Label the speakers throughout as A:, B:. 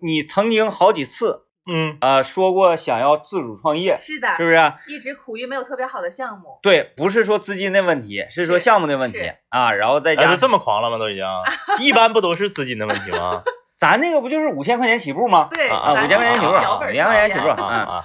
A: 你曾经好几次
B: 嗯
A: 啊、呃说过想要自主创业，
C: 是的，
A: 是不是啊？
C: 一直苦于没有特别好的项目，
A: 对，不是说资金的问题，是说
C: 是
A: 项目的问题
C: 是
A: 啊。然后再
B: 哎，
A: 加
B: 都这
A: 上，
B: 么狂了吗？都 已经，一般不都是资金的问题吗？
A: 咱那个不就是五千块钱起步吗？
C: 对，
B: 啊
A: 啊，
C: 咱
A: 五千块钱
C: 是
A: 起步，
C: 小
A: 五
C: 本儿
A: 千块钱起步
C: 创业
B: 啊
A: 啊。
B: 啊，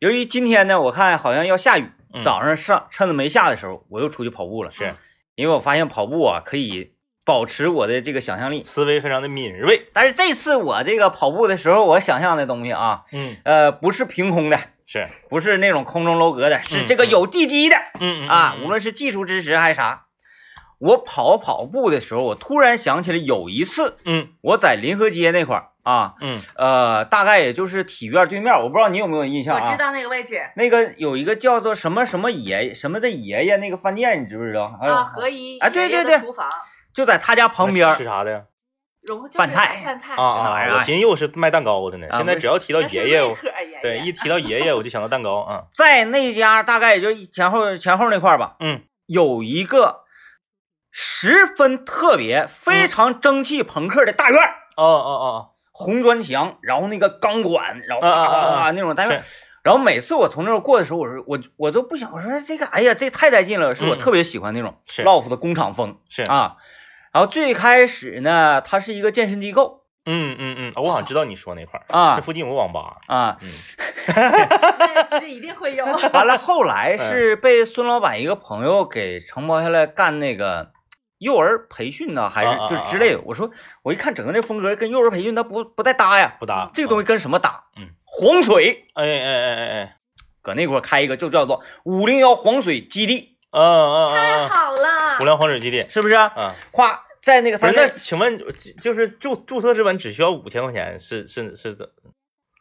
A: 由于今天呢，我看好像要下雨，
B: 嗯
A: 早上上趁着没下的时候，我又出去跑步了。
B: 是
C: 嗯
A: 因为我发现跑步啊可以保持我的这个想象力。
B: 思维非常的敏锐，
A: 但是这次我这个跑步的时候，我想象的东西啊，
B: 嗯，
A: 呃，不是凭空的，
B: 是，
A: 不是那种空中楼阁的，是
B: 嗯
A: 这个
B: 嗯
A: 有地基的。
B: 嗯
A: 啊，无论是技术知识还是啥，我跑跑步的时候，我突然想起来有一次
B: 嗯
A: 我在临河街那块儿啊，
B: 嗯
A: 呃，大概也就是体院对面，我不知道你有没有印象
C: 我
A: 啊。
C: 知道那个位
B: 哎
C: 置
A: 那个有一个叫做什么什么爷什么的爷爷那个饭店，你知不知道？哎呦
C: 啊，合一
A: 啊对
C: 爷
A: 对
C: 爷的
A: 对
C: 厨房，
A: 就在他家旁边
B: 吃
A: 儿
B: 啥的呀？
C: 融就是
A: 饭菜
C: 饭菜
B: 啊
A: 那玩意
B: 啊，
A: 儿
B: 我寻思又是卖蛋糕的呢。
A: 啊
B: 现在只要提到
C: 那是
B: 爷爷，
C: 瑞
B: 我
C: 可爷爷，
B: 对一提到爷爷我就想到蛋糕 啊，
A: 在那家大概也就一前后前后那块儿吧，
B: 嗯，
A: 有一个十分特别、非常蒸汽朋克的大院儿。
B: 哦哦
A: 红砖墙，然后那个钢管，然后
B: 啊啊
A: 啊
B: 啊啊
A: 那种单
B: 哦，
A: 位
B: 是。，
A: 然后每次我从那儿过的时候，我说我我都不想，我说这个哎呀，这太带劲了，是我
B: 嗯
A: 特别喜欢那种
B: 是
A: loft 的工厂风
B: 是，
A: 啊。然后最开始呢，它是一个健身机构
B: 嗯嗯嗯，我好像知道你说那块儿，那
A: 啊
B: 附近有个网吧，
A: 啊。
B: 嗯
C: 对这一 定会有，
A: 完了，后
B: 嗯
A: 来是被孙老板一个朋友给承包下来干那个幼儿培训呢，还是
B: 啊啊啊
A: 就是之类的。我说我一看整个这风格跟幼儿培训它不不带搭呀，
B: 不搭
A: 这个东西
B: 西，
A: 跟什么搭？
B: 嗯，
A: 黄水。
B: 哎哎哎哎哎，
A: 搁那块儿开一个，就叫做五零幺黄水基地，
B: 嗯嗯
C: 太
B: 嗯嗯，
C: 好了
B: 无，良黄水基地，
A: 是不是、啊？
B: 啊，
A: 夸在那个
B: 不
A: 他
B: 是，
A: 那
B: 那，请问呃就是注注册资本只需要五千块钱，是是是怎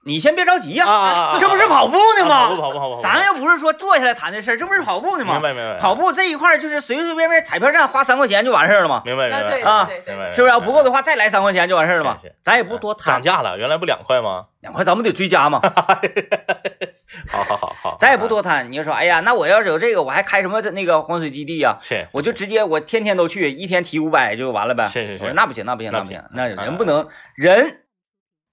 A: 你先别着急呀、
B: 啊啊啊？
A: 这不是跑步呢吗？
B: 跑步跑步跑步，
A: 咱又不是说坐下来谈这事儿，这不是跑步呢
B: 明
A: 吗？
B: 白明白，
A: 跑步这一块儿就是随随便便彩票站花三块钱就完事儿了嘛，
B: 明白明
C: 啊
B: 白
C: 对
A: 啊
C: 对对
B: 明白，
C: 对，
A: 是不是、啊？不够的话再来三块钱就完事儿了嘛
B: 是是，
A: 咱也不多
B: 涨
A: 谈，
B: 价了，原来不两块吗？
A: 两块咱们得追加 嘛，
B: 好好好好，
A: 咱也不多谈。你就说，哎呀，那我要是有这个，我还开什么那个黄水基地啊呀、
B: 是，
A: 我就直接我天天都去，一天提五百就完了呗。
B: 是是是
A: 我说那不行，那不行，
B: 那
A: 那
B: 不
A: 不
B: 行
A: 行，那人
B: 嗯
A: 不能人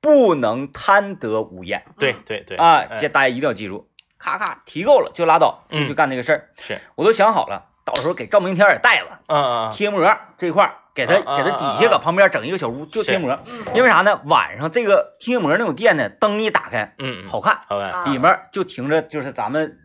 A: 不能贪得无厌
B: 对
C: 嗯
B: 对对
A: 啊！
B: 哎
A: 这大家一定要记住，咔咔提够了就拉倒，就去
B: 嗯
A: 干这个事儿。
B: 是，
A: 我都想好了，到时候给赵明天也带了
B: 嗯嗯
A: 贴膜这块儿，给他
B: 啊啊
A: 给他
B: 啊
A: 底下
B: 啊
A: 搁旁边整一个小屋，就是贴膜。
C: 嗯，
A: 因为啥呢？晚上这个贴膜那种店呢，灯一打开
B: 嗯嗯，
A: 好看，
B: 好看，
C: 啊
A: 里面就停着就是咱们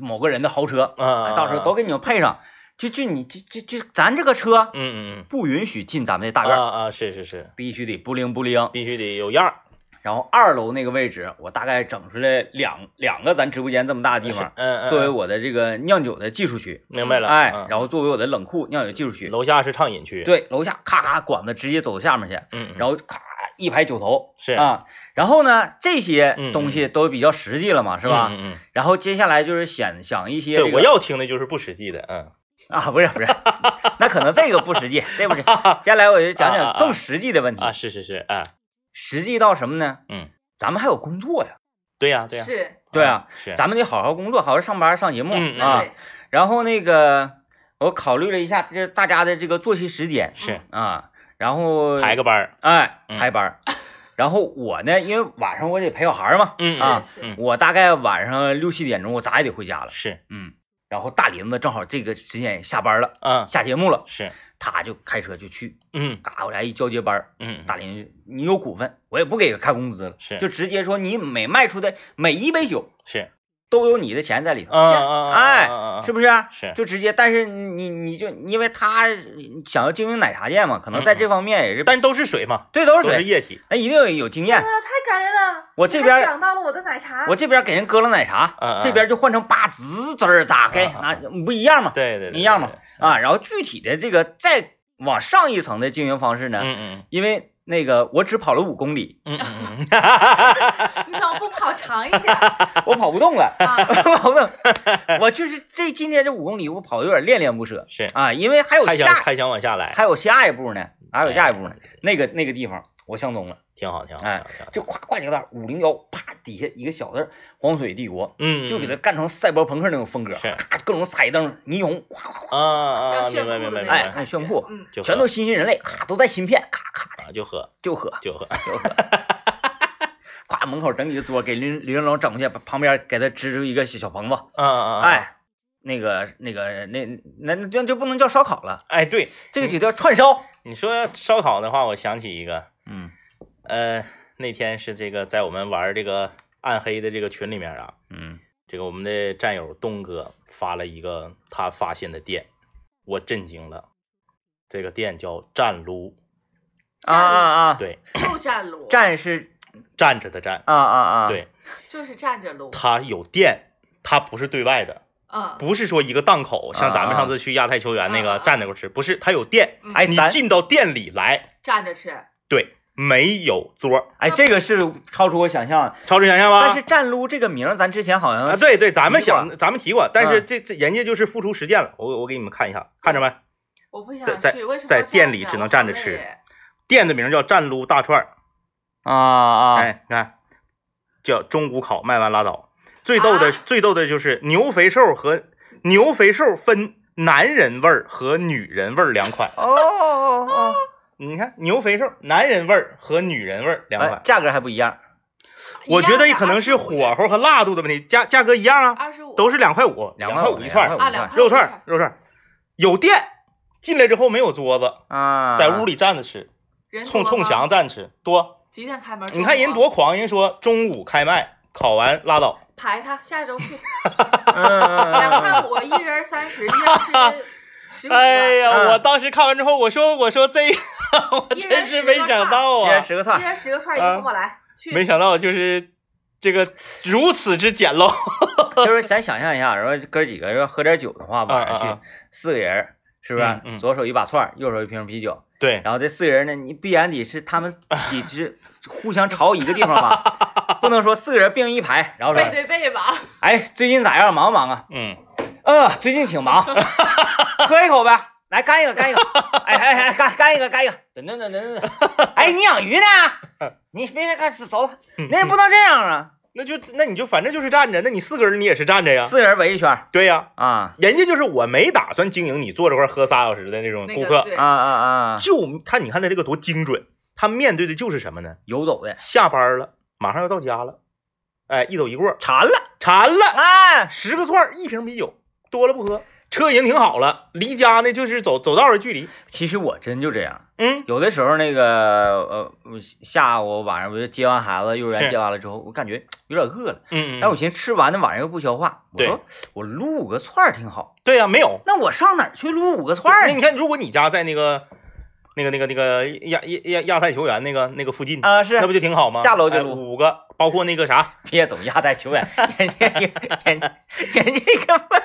A: 某个人的豪车，
B: 嗯，
A: 到时候都给你们配上。就就你就就就咱这个车，
B: 嗯嗯嗯，
A: 不允许进咱们这大院儿，
B: 啊啊是是是，
A: 必须得不灵不灵。
B: 必须得有样儿，
A: 然后二楼那个位置，我大概整出来两两个咱直播间这么大的地方，
B: 嗯嗯，
A: 作为我的这个酿酒的技术区，
B: 明白了，嗯
A: 哎，然后作为我的冷库酿酒技术区，
B: 楼下是畅饮区，，
A: 对，楼下咔咔管子直接走下面去，
B: 嗯，
A: 然
B: 后
A: 后咔一排酒头
B: 是
A: 啊，然后呢这
B: 嗯
A: 些东西都比较实际了嘛，是吧？
B: 嗯嗯，
A: 然后接下来就是想想一些这
B: 对，
A: 个
B: 我要听的就是不实际的，嗯，
A: 啊，不是不是，那可能这个不实际，这不 是。接下来我就讲
B: 啊啊
A: 讲
B: 啊
A: 更实际的问题
B: 啊是是是，哎，
A: 实际到什么呢？
B: 嗯，
A: 咱们还有工作呀，
B: 对呀对呀，
C: 是，
B: 是，
A: 啊咱们得好好工作，好好上班上节目、
B: 嗯
C: 那
A: 啊
C: 对。，
A: 然后那个，我考虑了一下，就是大家的这个作息时间
C: 嗯
B: 是
A: 啊，然后
B: 排个班儿，
A: 哎
B: 嗯
A: 排班儿，然后我呢，因为晚上我得陪小孩儿嘛，
B: 嗯
A: 啊，
B: 嗯
A: 我大概晚上六七点钟我咋也得回家了，
B: 是，
A: 嗯，然后大林子正好这个时间也下班了，
B: 嗯
A: 下节目了，
B: 是，
A: 他就开车就去，
B: 嗯
A: 嘎，我俩一交接班儿，
B: 嗯，
A: 大林，你有股份，我也不给他开工资了，
B: 是
A: 就直接说你每卖出的每一杯酒
B: 是，
A: 都有你的钱在里头，
B: 嗯嗯，
A: 是
B: 不
A: 不是啊、
B: 是
A: 就直接，但是你你就因为他想要经营奶茶店嘛，可能在这方面也是，
B: 嗯但都是水嘛，
A: 对，都是
B: 都是
A: 水，
B: 液体，
A: 那一定有有经验。
C: 啊，太感人了！
A: 我
C: 你
A: 这
C: 还
A: 边
C: 想到了我的奶茶，
A: 我这边给人搁了奶茶，
B: 嗯嗯
A: 这边就换成八滋滋儿咋给，
B: 嗯嗯
A: 那、不一样嘛
B: 对对，
A: 一样嘛啊。然后具体的这个再往上一层的经营方式呢，
B: 嗯
A: 因为那个我只跑了五公 里，
B: 嗯 嗯嗯，
C: 你怎么不跑长一点 儿
A: 我跑不动了，
C: 啊？
A: 我跑不动。 我就是这今天这五公里，我跑的有点恋恋不舍
B: 是，
A: 啊，因为还有
B: 还想
A: 下
B: 还想往下来，
A: 还有下一步呢，还有下一步呢
B: 哎。
A: 那个那个地方，我相中了，
B: 挺好，挺好，
A: 哎
B: 挺好，挺好
A: 就夸挂几个大五零幺，啪底下一个小字儿黄水帝国，
B: 嗯，
A: 就给它
B: 嗯
A: 干成赛博朋克那种风格，
B: 是
A: 咔各种彩灯、霓虹，咵咵
B: 啊啊，啊
C: 要炫
B: 明
C: 酷
B: 白
C: 的
B: 明白
C: 那
B: 明
C: 种
A: 哎
B: 白，
A: 哎
C: 感
A: 炫
C: 觉
A: 酷
C: 嗯，
B: 就
A: 咵，全都
B: 喝
A: 新兴人类，咔都带芯片，咔咔
B: 啊，就喝
A: 就 喝
B: 就喝，
A: 就喝， 咵门口整理个桌，给林林正龙整过去，把旁边给他支出一个小小棚子，
B: 啊啊，啊，
A: 哎，那个那个那那那那就不能叫烧烤了，
B: 哎，对，
A: 这个就叫串烧，
B: 你说烧烤的话，我想起一个，
A: 嗯
B: 呃，那天是这个在我们玩这个暗黑的这个群里面啊，
A: 嗯
B: 这个我们的战友东哥发了一个他发现的店，我震惊了，这个店叫站撸，
A: 啊啊啊，，
B: 对，
C: 又站撸，
A: 站是
B: 站着的站，
A: 啊啊啊，
B: 对，
C: 就是站着撸，
B: 它有店，它不是对外的，
C: 嗯，
B: 不是说一个档口，像咱们上次去亚太球员那
C: 啊
B: 个
C: 啊
B: 站那块吃，不是，它有店，
C: 嗯
A: 哎
B: 你
A: 咱
B: 进到店里来，
C: 站着吃，
B: 对，没有桌儿，
A: 哎，这个是超出我想象，
B: 超出想象吧？
A: 但是站撸这个名儿，咱之前好像
B: 啊，对对，咱们
A: 提过
B: 想咱们提过，但是
A: 嗯
B: 这这人家就是付出实践了，我我给你们看一下，看着没？
C: 我不想
B: 在在
C: 去，为什么
B: 在
C: 要站
B: 店里
C: 着
B: 只
C: 我
B: 能
C: 好
B: 站着
C: 累
B: 吃店的名叫站撸大串儿，
A: 啊啊，
B: 哎，你看，叫中古烤，卖完拉倒。最逗的、
C: 啊
B: 最逗的就是牛肥瘦和牛肥瘦分男人味儿和女人味儿两款。
A: 哦哦哦
B: 你看牛肥瘦，男人味儿和女人味儿
A: 哦，
B: 两
A: 哎
B: 款。
A: 价格还不一样，
C: 哎
B: 我觉
C: 啊
B: 得可能是火候和辣度的问题，价价格一样啊，
C: 二十五
B: 都是两块五，
A: 两
B: 块
A: 五
B: 一串儿。
C: 啊两块五
B: 肉
C: 一
B: 串
C: 串
B: 儿，肉串儿，有店，进来之后没有桌子，
A: 啊，
B: 在屋里站着吃，冲冲墙
C: 子，啊
B: 站着吃多。
C: 几点开门？
B: 你看人多狂，人说中午开卖，烤完拉倒。
C: 排他，下周去
A: 嗯，嗯嗯
C: 两块
A: 嗯
C: 五，一人三十，一人吃十五个，
B: 哎呀，
A: 嗯
B: 我当时看完之后，我说我说 这，我
C: 一人
B: 真是
C: 十个
B: 没想到
A: 一人
B: 啊，
A: 十个
C: 一
A: 菜，
C: 人十个串儿，一
B: 啊
C: 共我来去。
B: 没想到就是这个如此之简陋。
C: 嗯
A: 就是咱想象一下，然后哥几个要喝点酒的话，晚
B: 啊
A: 上
B: 啊
A: 去四个人，是不
B: 嗯嗯
A: 是？左手一把串儿，右手一瓶啤酒，
B: 对，
A: 然后这四个人呢，你必然得是他们几只互相朝一个地方 吧，不能说四个人并一排，然后
C: 背
A: 说，
C: 对背吧，
A: 哎，最近咋样？忙不忙啊？
B: 嗯，
A: 嗯，最近挺 忙，喝一口呗，来干一个， 干一个，哎哎哎，干干一个，干一个，等等等 等等，哎，你养鱼呢？你别别干，走了，那也不能这样啊，
B: 那就那你就反正就是站着，那你四个人你也是站着 呀。
A: 四个人围一圈儿
B: 对呀，
A: 啊
B: 人家就是我没打算经营你坐这块儿喝仨小时的那种
C: 那
B: 嗯顾
C: 个
B: 客，
C: 对
A: 啊啊啊，
B: 就他你看他这个多精准，他面对的就是什么呢？
A: 游走的，
B: 下班了，马上要到家了，哎，一走一过，
A: 馋了，
B: 馋了。
A: 哎，
B: 十个串儿一瓶啤酒，多了不喝。车已经停好了，离家呢就是走走道儿的距离。
A: 其实我真就这样，
B: 嗯，
A: 有的时候那个呃下午晚上不是接完孩子幼儿
B: 是
A: 园接完了之后，我感觉有点饿了，但
B: 嗯，嗯
A: 哎我寻思吃完那晚上又不消化，我
B: 对
A: 说我撸五个串儿挺好，
B: 对呀、没有。
A: 那我上哪儿去撸五个串儿
B: 那
A: 呢
B: 你看，如果你家在那个、那个、那个、那个亚亚亚亚太球员那个那个附近，
A: 啊，是
B: 那不就挺好吗？
A: 下楼就
B: 哎
A: 撸
B: 五个，包括那个啥，
A: 别总压带球员，人家人家人家根本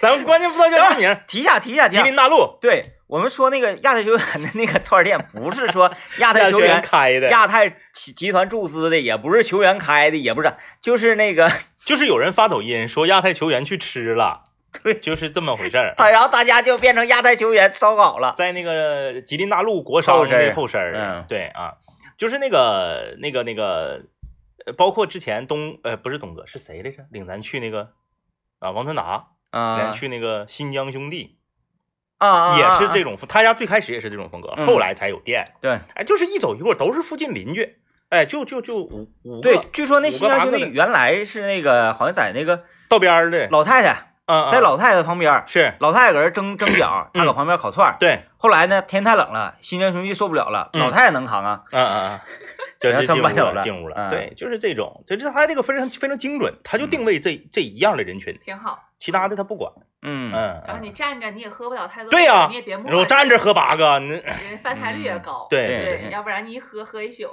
B: 咱们关键不知道叫啥 名儿，
A: 提一下提一下提一
B: 吉
A: 下。
B: 林大路
A: 对我们说那个亚太球员的那个串儿店，不是说亚
B: 亚
A: 太
B: 太
A: 球
B: 球员
A: 员、
B: 开的，
A: 亚太集集团注资的，也不是球员开的，也不是，就是那个，
B: 就是有人发抖音说亚太球员去吃了，
A: 对
B: 就是这么回事 儿。
A: 他然后大家就变成亚太球员烧烤了。
B: 在那个吉林大路国商
A: 后身儿
B: 的后身儿，
A: 嗯
B: 对啊，就是那个那个那个，呃包括之前东呃不是东哥是谁来着？领咱去那个啊王传达，领咱
A: 啊
B: 去那个新疆兄弟，
A: 啊啊，
B: 也是这
A: 种
B: 种风，他家最开始也是这种风格，
A: 嗯
B: 后来才有店。
A: 对
B: 哎，就是一走一过都是附近邻居，哎，就就就五五
A: 对
B: 个。
A: 据说那
B: 五个
A: 新疆
B: 八
A: 兄
B: 个
A: 弟
B: 的
A: 原来是那个，好像在那个
B: 道边儿的，
A: 老太太，
B: 嗯，嗯
A: 在老太太旁边儿，
B: 是
A: 老太太搁这蒸蒸饺，他搁旁边烤串儿。
B: 对，
A: 后来呢，天太冷了，新疆兄弟受不了了，
B: 嗯
A: 老太太能扛啊。
B: 嗯嗯 嗯。就是
A: 然后他
B: 进
A: 们
B: 屋
A: 搬走
B: 了，
A: 了
B: 进屋了，
A: 嗯
B: 对，就是这种，就是他这个非常非常精准，他就定位这这一样的人群，
C: 挺好。
B: 其他的他不管。
A: 嗯
B: 嗯，
C: 然后你站着，你也喝不了太多酒，
B: 对呀
C: 你也别磨
B: 嗯，我站着喝八个， 你
C: 人翻台率也高，
B: 对
A: 对
C: 对，要不然你一喝喝一宿。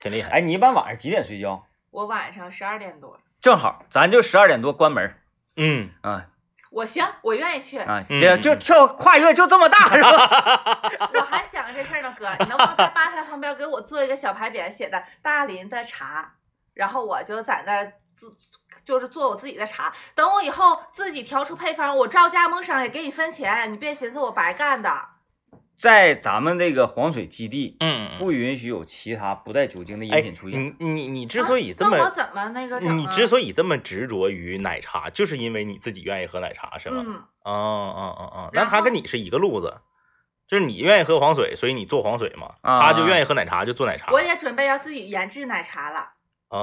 B: 挺厉害。
A: 哎，你一般晚上几点睡觉？
C: 我晚上十二点多，
A: 正好，咱就十二点多关门儿
B: 嗯，
A: 啊
C: 我行，我愿意去，
A: 啊，
B: 嗯
A: 这就跳跨越就这么大是吧？
C: 我还想着这事儿呢，哥，你能不能在吧台旁边给我做一个小牌匾，写的“大林的茶”，然后我就在那儿自就是做我自己的茶。等我以后自己调出配方，我照加盟商也给你分钱，你别寻思我白干的。
A: 在咱们这个黄水基地
B: 嗯，
A: 不允许有其他不带酒精的饮
B: 哎，
A: 品出现。
B: 你你你之所以这
C: 啊那我
B: 么，
C: 怎么那个整
B: 你
C: 啊
B: 之所以这么执着于奶茶，就是因为你自己愿意喝奶茶，是吗？
C: 嗯，
B: 哦哦哦哦，那
C: 然
B: 他
C: 后
B: 跟你是一个路子，就是你愿意喝黄水，所以你做黄水嘛；
A: 啊
B: 他就愿意喝奶茶，就做奶茶。
C: 我也准备要自己研制奶茶了，
B: 啊，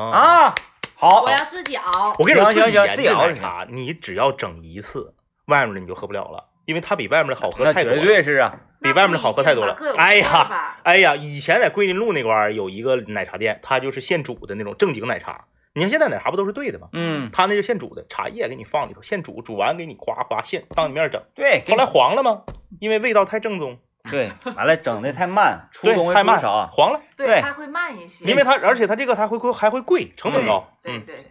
A: 啊，好
C: 我，要自己熬。
B: 我跟你说，
A: 行
B: 自
A: 行
B: 己
A: 行
B: 研
A: 自
B: 制
A: 己熬
B: 奶
A: 着
B: 茶，你只要整一次，外面的你就喝不了了，因为它比外面的好喝
A: 那
B: 太多
A: 绝
B: 了。
A: 对是啊，
B: 比外面的好喝太多了
C: 那不一定吧
B: 哎呀，
C: 各有各的吧
B: 哎呀，以前在桂林路那块儿有一个奶茶店，它就是现煮的那种正经奶茶。你看现在奶茶不都是兑的吗？
A: 嗯，
B: 它那就现煮的，茶叶给你放里头，现煮，煮完给你夸夸现当你面整。
A: 对，给
B: 后来黄了吗？因为味道太正宗，
A: 对，完了整的太慢，出
B: 对
A: 东，西
B: 太
A: 出
B: 慢，嗯
A: 少，啊
B: 黄了。
A: 对
C: 对，它会慢一些，
B: 因为它，而且它这个它会贵，还会贵，成本
C: 对
B: 高。
C: 对
B: 嗯，
C: 对，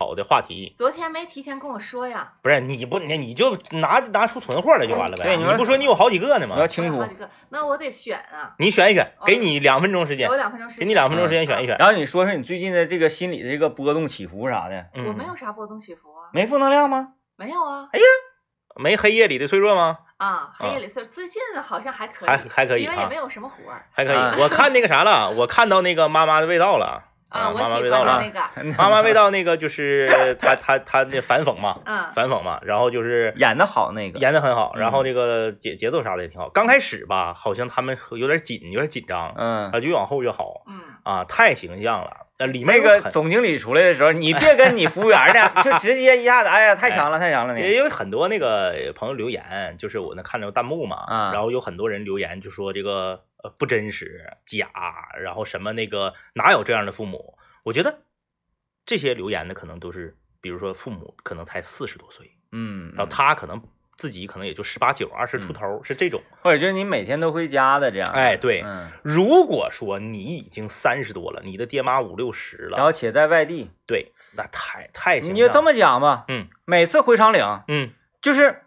B: 好的话题
C: 昨天没提前跟我说呀，
B: 不是你不你你就拿拿出存货来就完了呗。
A: 对你
B: 你
A: 说
B: 不说你有好几个呢
A: 我要
B: 吗？
A: 清
C: 我有
A: 楚
C: 好。几个，那我得选啊，
B: 你选一选，
C: 哦
B: 给你两分钟时间
C: 有，两分钟时
B: 给
C: 间，
B: 你两分钟时间选一选。
A: 然后你说说你最近的这个心理的这个波动起伏啥的，
B: 嗯
C: 我没有啥波动起伏啊，
A: 没负能量 吗？
C: 没有啊，
B: 没黑夜里的脆弱吗？
C: 啊，黑
B: 啊
C: 夜里最最近好像还可以，
B: 还还可以
C: 因为也
B: 啊
C: 没，有什么活儿
B: 还可
A: 啊
B: 以。我看那个啥了，我看到那个妈妈的味道了
C: 啊我
B: 啊妈妈
C: 喜
B: 味
C: 欢
B: 道
C: 的
B: 了。
C: 那 个，
B: 妈妈味道那个就是 他他他那反讽嘛，
C: 嗯，
B: 反讽嘛，然后就是
A: 演的好那个，
B: 演的很好，然后
A: 嗯
B: 这个节节奏啥的也挺好。刚开始吧，好像他们有点紧，有点紧张，
A: 嗯，
B: 啊，越往后越好
C: 嗯，
B: 啊，太形象了。呃，里
A: 那
B: 面有
A: 个
B: 很
A: 总经理出来的时候，你别跟你服务员呢， 就直接一下子，哎呀，太强了，太强了
B: 也
A: 你。
B: 有很多那个朋友留言，就是我能看到弹幕嘛，
A: 啊
B: 然后有很多人留言就说这个呃不真实、假，然后什么那个哪有这样的父母？我觉得这些留言的可能都是，比如说父母可能才四十多岁，
A: 嗯，
B: 然后他可能自己可能也就十八九、二十出头，是这种。
A: 或者就是你每天都回家的这样，
B: 哎，对，
A: 嗯，
B: 如果说你已经三十多了，你的爹妈五六十
A: 然
B: 了，
A: 后且在外地，
B: 对，那太太形
A: 你
B: 象
A: 就这
B: 了
A: 么讲吧，
B: 嗯
A: 每次回长岭
B: 嗯
A: 就是，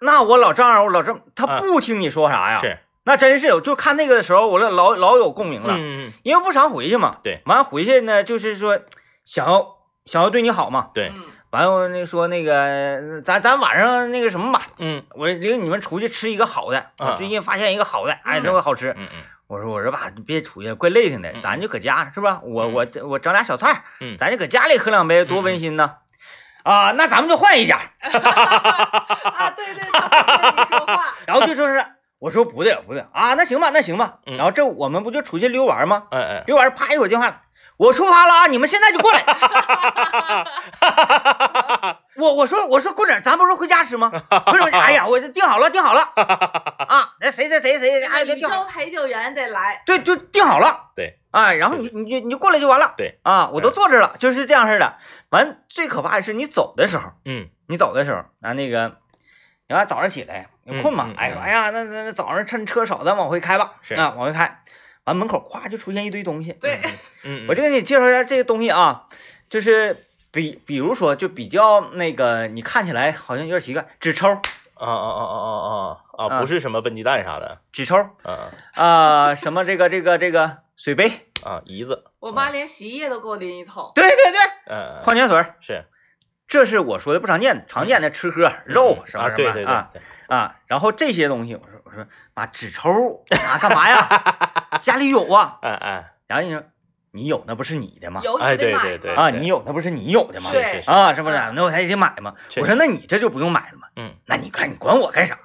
A: 那我老丈人，我老丈他
B: 啊
A: 不听你说哎啥呀，
B: 是
A: 那真是，我就看那个的时候，我老老老有共鸣了，
B: 嗯嗯
A: 因为不常回去嘛，
B: 对
A: 完回去呢，就是说想要想要对你好嘛，
B: 对
C: 嗯，
A: 完我那说那个咱咱晚上那个什么吧，
B: 嗯
A: 我领你们出去吃一个好的，
B: 啊
A: 我最近发现一个好的，哎，
C: 嗯
A: 这个好吃。
B: 嗯嗯
A: 我说我说爸，别出去，怪累挺的，
B: 嗯
A: 咱就搁家是吧？我
B: 嗯
A: 我我整俩小菜儿，
B: 嗯
A: 咱就搁家里喝两杯，多温馨呐！啊，那咱们就换一家。
C: 啊，对对，他不听你说 话，
A: 然后就说是， 我说不对不对啊，那行吧那行吧。
B: 嗯
A: 然后这我们不就出去溜玩吗？
B: 哎 哎。
A: 溜完啪一会儿电话，我出发了啊，你们现在就过来。 我我说我说棍儿，咱不是回家吃吗？不是，哎呀，我就定好了定好 了啊，那谁谁谁谁，哎，
C: 啊宇
A: 定好了，
C: 宙陪酒员得来，
A: 对，就定好了。
B: 对，
A: 啊，然后你你就你就过来就完了。
B: 对，嗯
A: 啊，我都坐这儿了，就是这样式儿的。完，最可怕的是你走的时候，
B: 嗯，
A: 你走的时候，啊那个。你看早上起来
B: 嗯
A: 困嘛
B: 嗯？
A: 哎说
B: 嗯
A: 哎呀，那那那早上趁车少，咱往回开吧。
B: 是
A: 啊，往回开，完门口咵就出现一堆东西。
C: 对，
B: 嗯，
A: 我就给你介绍一下这个东西啊，就是比比如说就比较那个，你看起来好像有点奇怪，纸抽、
B: 啊啊啊啊啊啊
A: 啊
B: 啊！不是什么笨鸡蛋啥的，
A: 纸抽
B: 啊
A: 啊、 什么这个这个这个水杯，
B: 啊，姨子，
C: 我妈连洗衣液都给我拎一桶，
A: 对对对，
B: 嗯，
A: 矿泉水儿，
B: 是
A: 这是我说的不常见的，常见的吃喝、肉什么什么
B: 啊，对对对
A: 啊，啊，然后这些东西，我说我说妈纸抽啊干嘛呀？ 家里有啊，
B: 哎哎，
A: 然后你说你有那不是你的吗？
C: 有
B: 哎
C: 你
B: 对
C: 得买
B: 对对
C: 嘛
A: 啊，你有那不是你有的吗？
B: 是是是，
A: 啊，是不是？
C: 嗯
A: 那我还得买嘛。
B: 是
A: 啊我说那你这就不用买了嘛。
B: 嗯
A: 那你看你管我 干啥？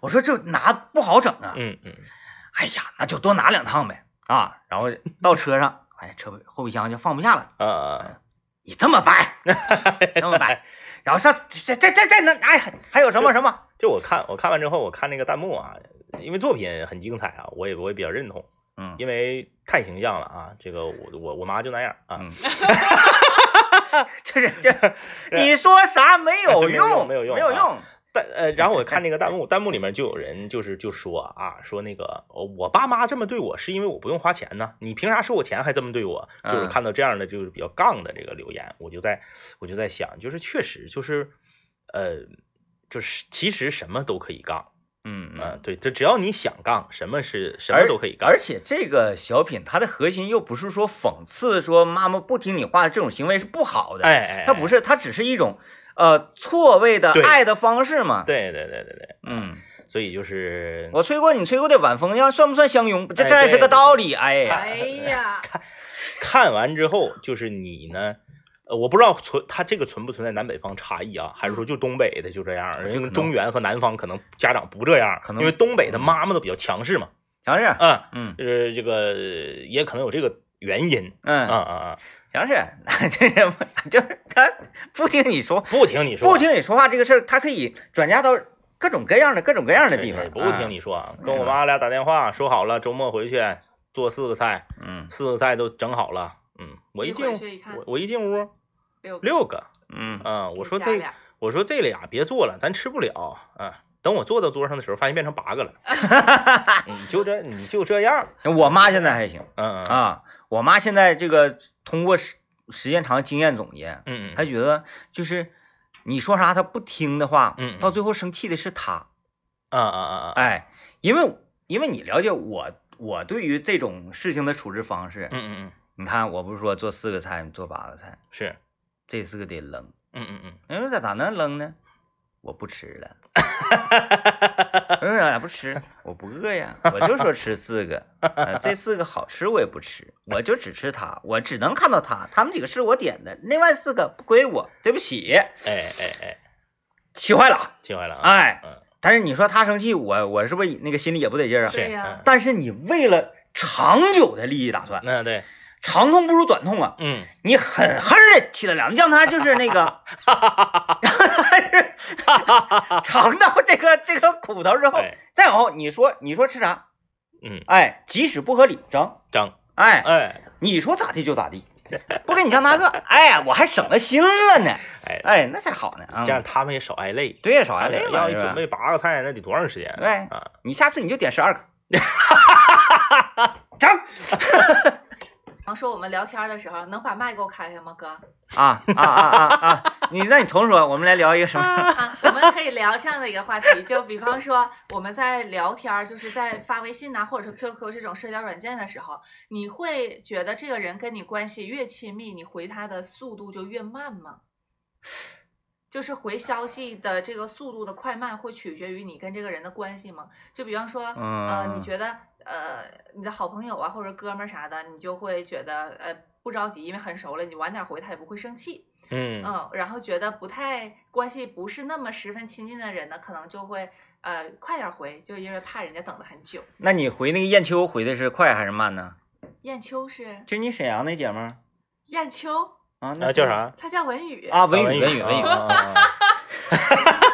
A: 我说这拿不好整啊。
B: 嗯嗯
A: 哎呀，那就多拿两趟呗啊。然后到车上，哎，车后备箱就放不下了，
B: 啊，
A: 你这么摆，这么摆，然后上再再再再那哎，还有什么什么？
B: 就我看我看完之后，我看那个弹幕啊，因为作品很精彩啊，我也我也比较认同，
A: 嗯
B: 因为太形象了啊，这个我我我妈就那样啊，
A: 嗯，这是这，你说啥没有用，
B: 哎没有用啊
A: 没
B: 没
A: 有
B: 有用
A: 用。
B: 但呃，然后我看那个弹幕，弹幕里面就有人就是就说啊，说那个呃我爸妈这么对我是因为我不用花钱呢，你凭啥收我钱还这么对我？就是
A: 嗯
B: 看到这样的就是比较杠的这个留言，我就在我就在想，就是确实就是呃，就是其实什么都可以杠，
A: 嗯
B: 呃，。对，这只要你想杠，什么是什么
A: 而
B: 都可以杠，
A: 而且这个小品它的核心又不是说讽刺说妈妈不听你话的这种行为是不好的，
B: 哎哎，
A: 它不
B: 是，
A: 是，它只是一种呃错位的
B: 对
A: 爱的方式嘛。
B: 哎对对对对对，
A: 嗯，
B: 所以就是
A: 我吹过你吹过的晚风，要算不算相拥？这
B: 哎
A: 这也是
B: 对
A: 个
B: 对
A: 道理。哎呀，
C: 哎呀，
B: 看完之后，就是你呢，呃，我不知道存它这个存不存在南北方差异啊，还是说就东北的就这样，
A: 这
B: 因为
A: 嗯可能
B: 中原和南方可能家长不这样，
A: 可能
B: 因为东北的妈妈都比较强势嘛，
A: 强势，
B: 嗯，
A: 嗯
B: 呃，这个也可能有这个原因，啊
A: 嗯，
B: 啊啊，
A: 强势，这人就是 他不听你说，
B: 不听你说，啊
A: 不听你说话这个事儿，他可以转嫁到各种各样的各种各样的
B: 对
A: 地
B: 对
A: 方。
B: 不听
A: 你，
B: 你说啊，跟我妈俩打电话说好了，周末回去做四个菜，
A: 嗯
B: 四个菜都整好了，嗯，我
C: 一
B: 一进
C: 回
B: 屋
C: 去一看
B: 我我一进屋
C: 六个
B: 六个，
A: 嗯
B: 嗯，我说
C: 哎加
B: 这
C: 俩
B: 我说这俩别做了，咱吃不了啊。等我坐到桌上的时候，发现变成 八个了。你就这，你就这样，
A: 嗯我妈现在还行
B: 嗯嗯
A: 啊，我妈现在这个通过时时间长经验总结，
B: 嗯
A: 她觉得就是你说啥她不听的话，
B: 嗯嗯
A: 到最后生气的是她。
B: 啊啊啊啊，
A: 哎，因为因为你了解我，我对于这种事情的处置方式，
B: 嗯嗯嗯，
A: 你看我不是说做四个菜，你做八个菜，
B: 是，
A: 这四个得扔，
B: 嗯嗯嗯，
A: 人说咋咋能扔呢？我不吃了，人说咋不吃？我不饿呀，我就说吃四个，呃这四个好吃我也不吃，我就只吃它，我只能看到它，它们几个是我点的，另外四个不归我，对不起，
B: 哎哎哎，
A: 气坏了，
B: 听完了啊，
A: 哎，
B: 嗯，
A: 但是你说他生气，我我是不是那个心里也不得劲儿啊？
B: 是，
C: 对呀
B: 嗯
A: 但是你为了长久的利益打算，
B: 那对，
A: 长痛不如短痛啊！
B: 嗯，
A: 你狠狠的踢他两脚，让他就是那个，尝到这个这个苦头之后，
B: 哎，
A: 再往后你说你说吃啥？
B: 嗯，
A: 哎，即使不合理，整，
B: 张，
A: 哎，
B: 哎
A: 你说咋地就咋地，不跟你犟大 个，哎，我还省了心了呢，
B: 哎，
A: 哎，那才好呢啊！
B: 这样他们也少挨累，
A: 对呀，少挨累
B: 他们
A: 嘛，
B: 要一
A: 是吧
B: 准备八个菜，那得多长时间？
A: 对
B: 啊，
A: 你下次你就点十二 个，整
C: 然后说我们聊天的时候能把麦给我开开吗，哥？
A: 啊啊啊啊啊！你那你重说，我们来聊一个什么？
C: 啊，我们可以聊这样的一个话题，就比方说我们在聊天儿，就是在发微信呐、或者是 QQ 这种社交软件的时候，你会觉得这个人跟你关系越亲密，你回他的速度就越慢吗？就是回消息的这个速度的快慢，会取决于你跟这个人的关系吗？就比方说，呃，
A: 嗯
C: 你觉得呃你的好朋友啊或者哥们儿啥的，你就会觉得呃不着急，因为很熟了，你晚点回他也不会生气。
B: 嗯，
C: 嗯，然后觉得不太关系不是那么十分亲近的人呢，可能就会呃快点儿回，就因为怕人家等得很久。
A: 那你回那个燕秋回的是快还是慢呢？
C: 燕秋是
A: 就你沈阳那姐们儿
C: 燕秋，
A: 啊，
B: 那叫？啥？
C: 她叫文宇，
A: 啊，文
B: 啊
A: 宇，文宇，文宇
B: 啊，啊啊啊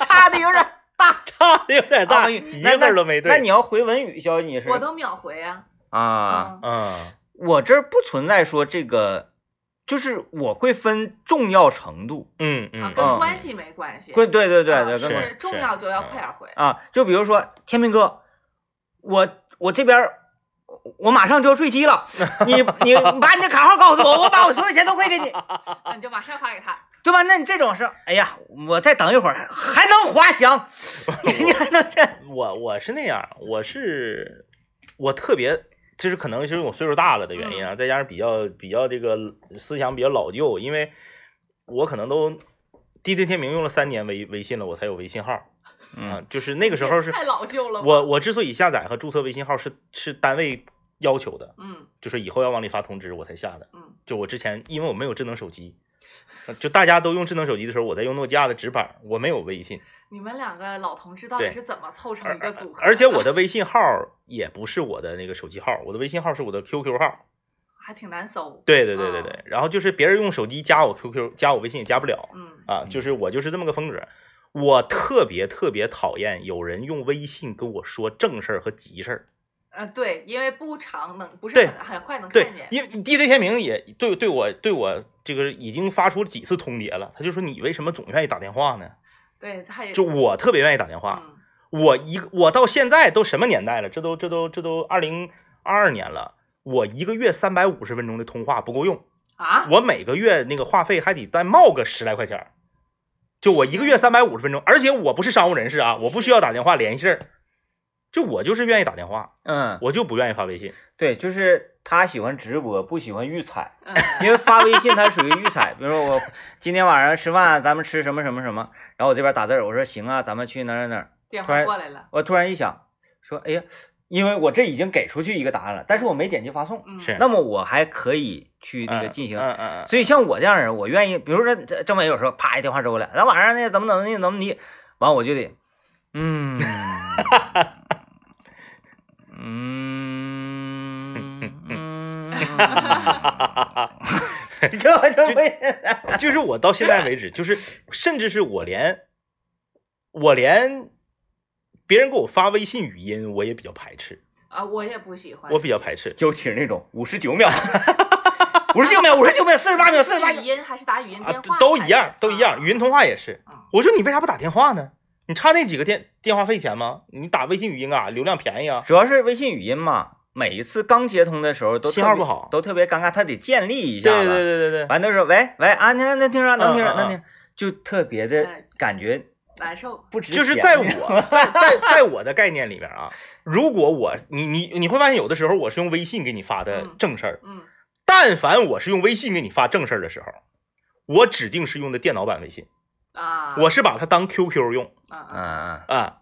A: 差的有点大，
B: 差的有点
A: 啊
B: 大，
A: 文宇
B: 一
A: 那
B: 个字
A: 那
B: 儿都没对。
A: 那你要回文宇消息，你是
C: 我都秒回啊。
A: 啊，
C: 嗯，
B: 嗯
A: 我这儿不存在说这个，就是我会分重要程度，
B: 嗯
C: 啊
B: 嗯，
C: 跟
A: 嗯
C: 关系没关系。
A: 对对对对
C: 啊
A: 对，
C: 是
A: 跟我
B: 是嗯
C: 重要就要快点儿回。
A: 啊，就比如说天明哥，我我这边儿我我马上就要坠机了，你你把你的卡号告诉我，我把我所有钱都汇给你，
C: 那啊你就马上发给他。
A: 对吧？那你这种是，哎呀，我再等一会儿还能滑 翔，你还能这
B: 我我是那样，我是我特别，就是可能是我岁数大了的原
C: 嗯
B: 因啊，再加上比较比较这个思想比较老旧，因为我可能都滴滴天明用了三年微微信了，我才有微信号啊
A: 嗯，，
B: 就是那个时候
C: 也
B: 是
C: 太老旧了吧。
B: 我我之所以下载和注册微信号是是单位要求的，
C: 嗯
B: 就是以后要往里发通知我才下的，
C: 嗯
B: 就我之前因为我没有智能手机。呃就大家都用智能手机的时候，我在用诺基亚的直板，我没有微信，
C: 你们两个老同志到底
B: 对
C: 是怎么凑成
B: 而
C: 一个组合的？
B: 而且我的微信号也不是我的那个手机号，我的微信号是我的 QQ 号。
C: 还挺难搜。
B: 对对对对
C: 哦
B: 对。然后就是别人用手机加我 QQ，加我微信也加不了
C: 嗯
B: 啊，就是我就是这么个风格。我特别特别讨厌有人用微信跟我说正事儿和急事儿。
C: 呃，对，因为不长能不是
B: 对
C: 很很快能
B: 对
C: 看见，。
B: 因为 DJ 天明也对对我对我这个已经发出几次通牒了，他就说你为什么总愿意打电话呢？
C: 对，他也
B: 就我特别愿意打电话。
C: 嗯
B: 我一个我到现在都什么年代了？这都这都这都二零二二年了，我一个月三百五十分钟的通话不够用，
C: 啊，
B: 我每个月那个话费还得再冒个十来块钱儿。就我一个月三百五十分钟，而且我不是商务人士啊，我不需要打电话联系事儿，就我就是愿意打电话，
A: 嗯，
B: 我就不愿意发微信。
A: 对，就是他喜欢直播，不喜欢预采，
C: 嗯
A: 因为发微信他属于预采，比如说我今天晚上吃饭，咱们吃什么什么什么，然后我这边打字儿，我说行啊，咱们去哪儿哪儿哪儿，
C: 电
A: 突
C: 话
A: 然
C: 过来了，
A: 我突然一想，说，哎呀，因为我这已经给出去一个答案了，但是我没点击发送，
C: 嗯，
B: 是
A: 那么我还可以去那个进行。
B: 嗯嗯
A: 所以像我这样人，我愿意，比如说这政委有时候啪一电话周过来，咱晚上那个怎么怎么地怎么地，完我就得，嗯，嗯，嗯，这我就不
B: 嗯，就是我到现在为止，就是甚至是我连我连别人给我发微信语音，我也比较排斥，
C: 啊，我也不喜欢。
B: 我比较排斥。
A: 尤其是那种五十九秒， 五十九秒，五十九秒，四十八秒，四
C: 是
A: 十八
C: 语
A: 秒，
C: 音还是啊打语音
B: 啊
C: 电话、，
B: 都一样，都一样。语音通
C: 话。
B: 话也是
C: 嗯。
B: 我说你为啥不打电话呢？你差那几个电电话费钱吗？你打微信语音啊，流量便宜啊。
A: 主要是微信语音嘛，每一次刚接通的时候都特
B: 信号
A: 别
B: 不好
A: 都特别尴尬，他得建立一下
B: 对
A: 子。
B: 对 对对对，
A: 完都说喂喂啊，那能听着，能听着，
B: 嗯嗯
A: 能听着，就特别的
C: 哎
A: 感觉
C: 难受。
A: 不值钱。
B: 就是在我在在在我的概念里面啊，如果我你你你会发现，有的时候我是用微信给你发的
C: 嗯
B: 正事儿，
C: 嗯，
B: 但凡我是用微信给你发正事儿的时候，我指定是用的电脑版微信，
C: 啊，
B: 我是把它当 QQ 用
C: 啊
A: 嗯，
C: 啊，
A: 嗯，
B: 啊。